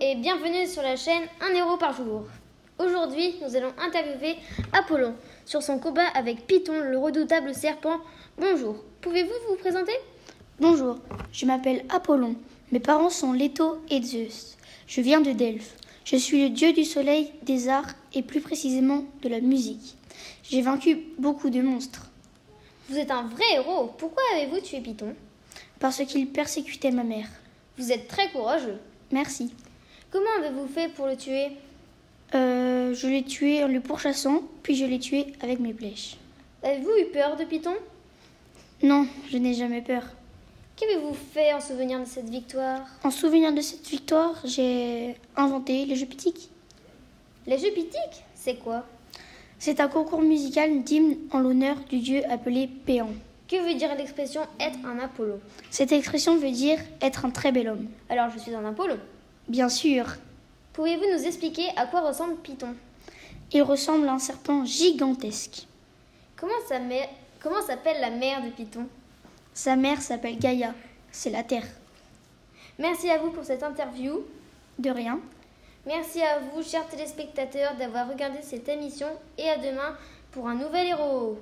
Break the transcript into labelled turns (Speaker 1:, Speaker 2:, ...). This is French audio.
Speaker 1: et bienvenue sur la chaîne 1 euro par jour. Aujourd'hui, nous allons interviewer Apollon sur son combat avec Python, le redoutable serpent. Bonjour, pouvez-vous vous présenter
Speaker 2: Bonjour, je m'appelle Apollon. Mes parents sont Leto et Zeus. Je viens de Delphes. Je suis le dieu du soleil, des arts et plus précisément de la musique. J'ai vaincu beaucoup de monstres
Speaker 1: Vous êtes un vrai héros. Pourquoi avez-vous tué Python
Speaker 2: parce qu'ils persécutaient ma mère.
Speaker 1: Vous êtes très courageux.
Speaker 2: Merci.
Speaker 1: Comment avez-vous fait pour le tuer
Speaker 2: Euh, je l'ai tué en le pourchassant, puis je l'ai tué avec mes flèches.
Speaker 1: Avez-vous eu peur de Python
Speaker 2: Non, je n'ai jamais peur.
Speaker 1: Qu'avez-vous fait en souvenir de cette victoire
Speaker 2: En souvenir de cette victoire, j'ai inventé le jeu Pitic.
Speaker 1: Les jeux pythiques, c'est quoi
Speaker 2: C'est un concours musical d'hymne en l'honneur du dieu appelé Péan.
Speaker 1: Que veut dire l'expression être un Apollon
Speaker 2: Cette expression veut dire être un très bel homme.
Speaker 1: Alors, je suis un Apollon.
Speaker 2: Bien sûr,
Speaker 1: Pouvez-vous nous expliquer à quoi ressemble Python
Speaker 2: il ressemble à un serpent gigantesque.
Speaker 1: Comment sa mère- comment s'appelle la mère de Python
Speaker 2: Sa mère s'appelle Gaïa, c'est la terre.
Speaker 1: Merci à vous pour cette interview.
Speaker 2: De rien.
Speaker 1: Merci à vous, chers téléspectateurs, d'avoir regardé cette émission. Et à demain pour un nouvel héros.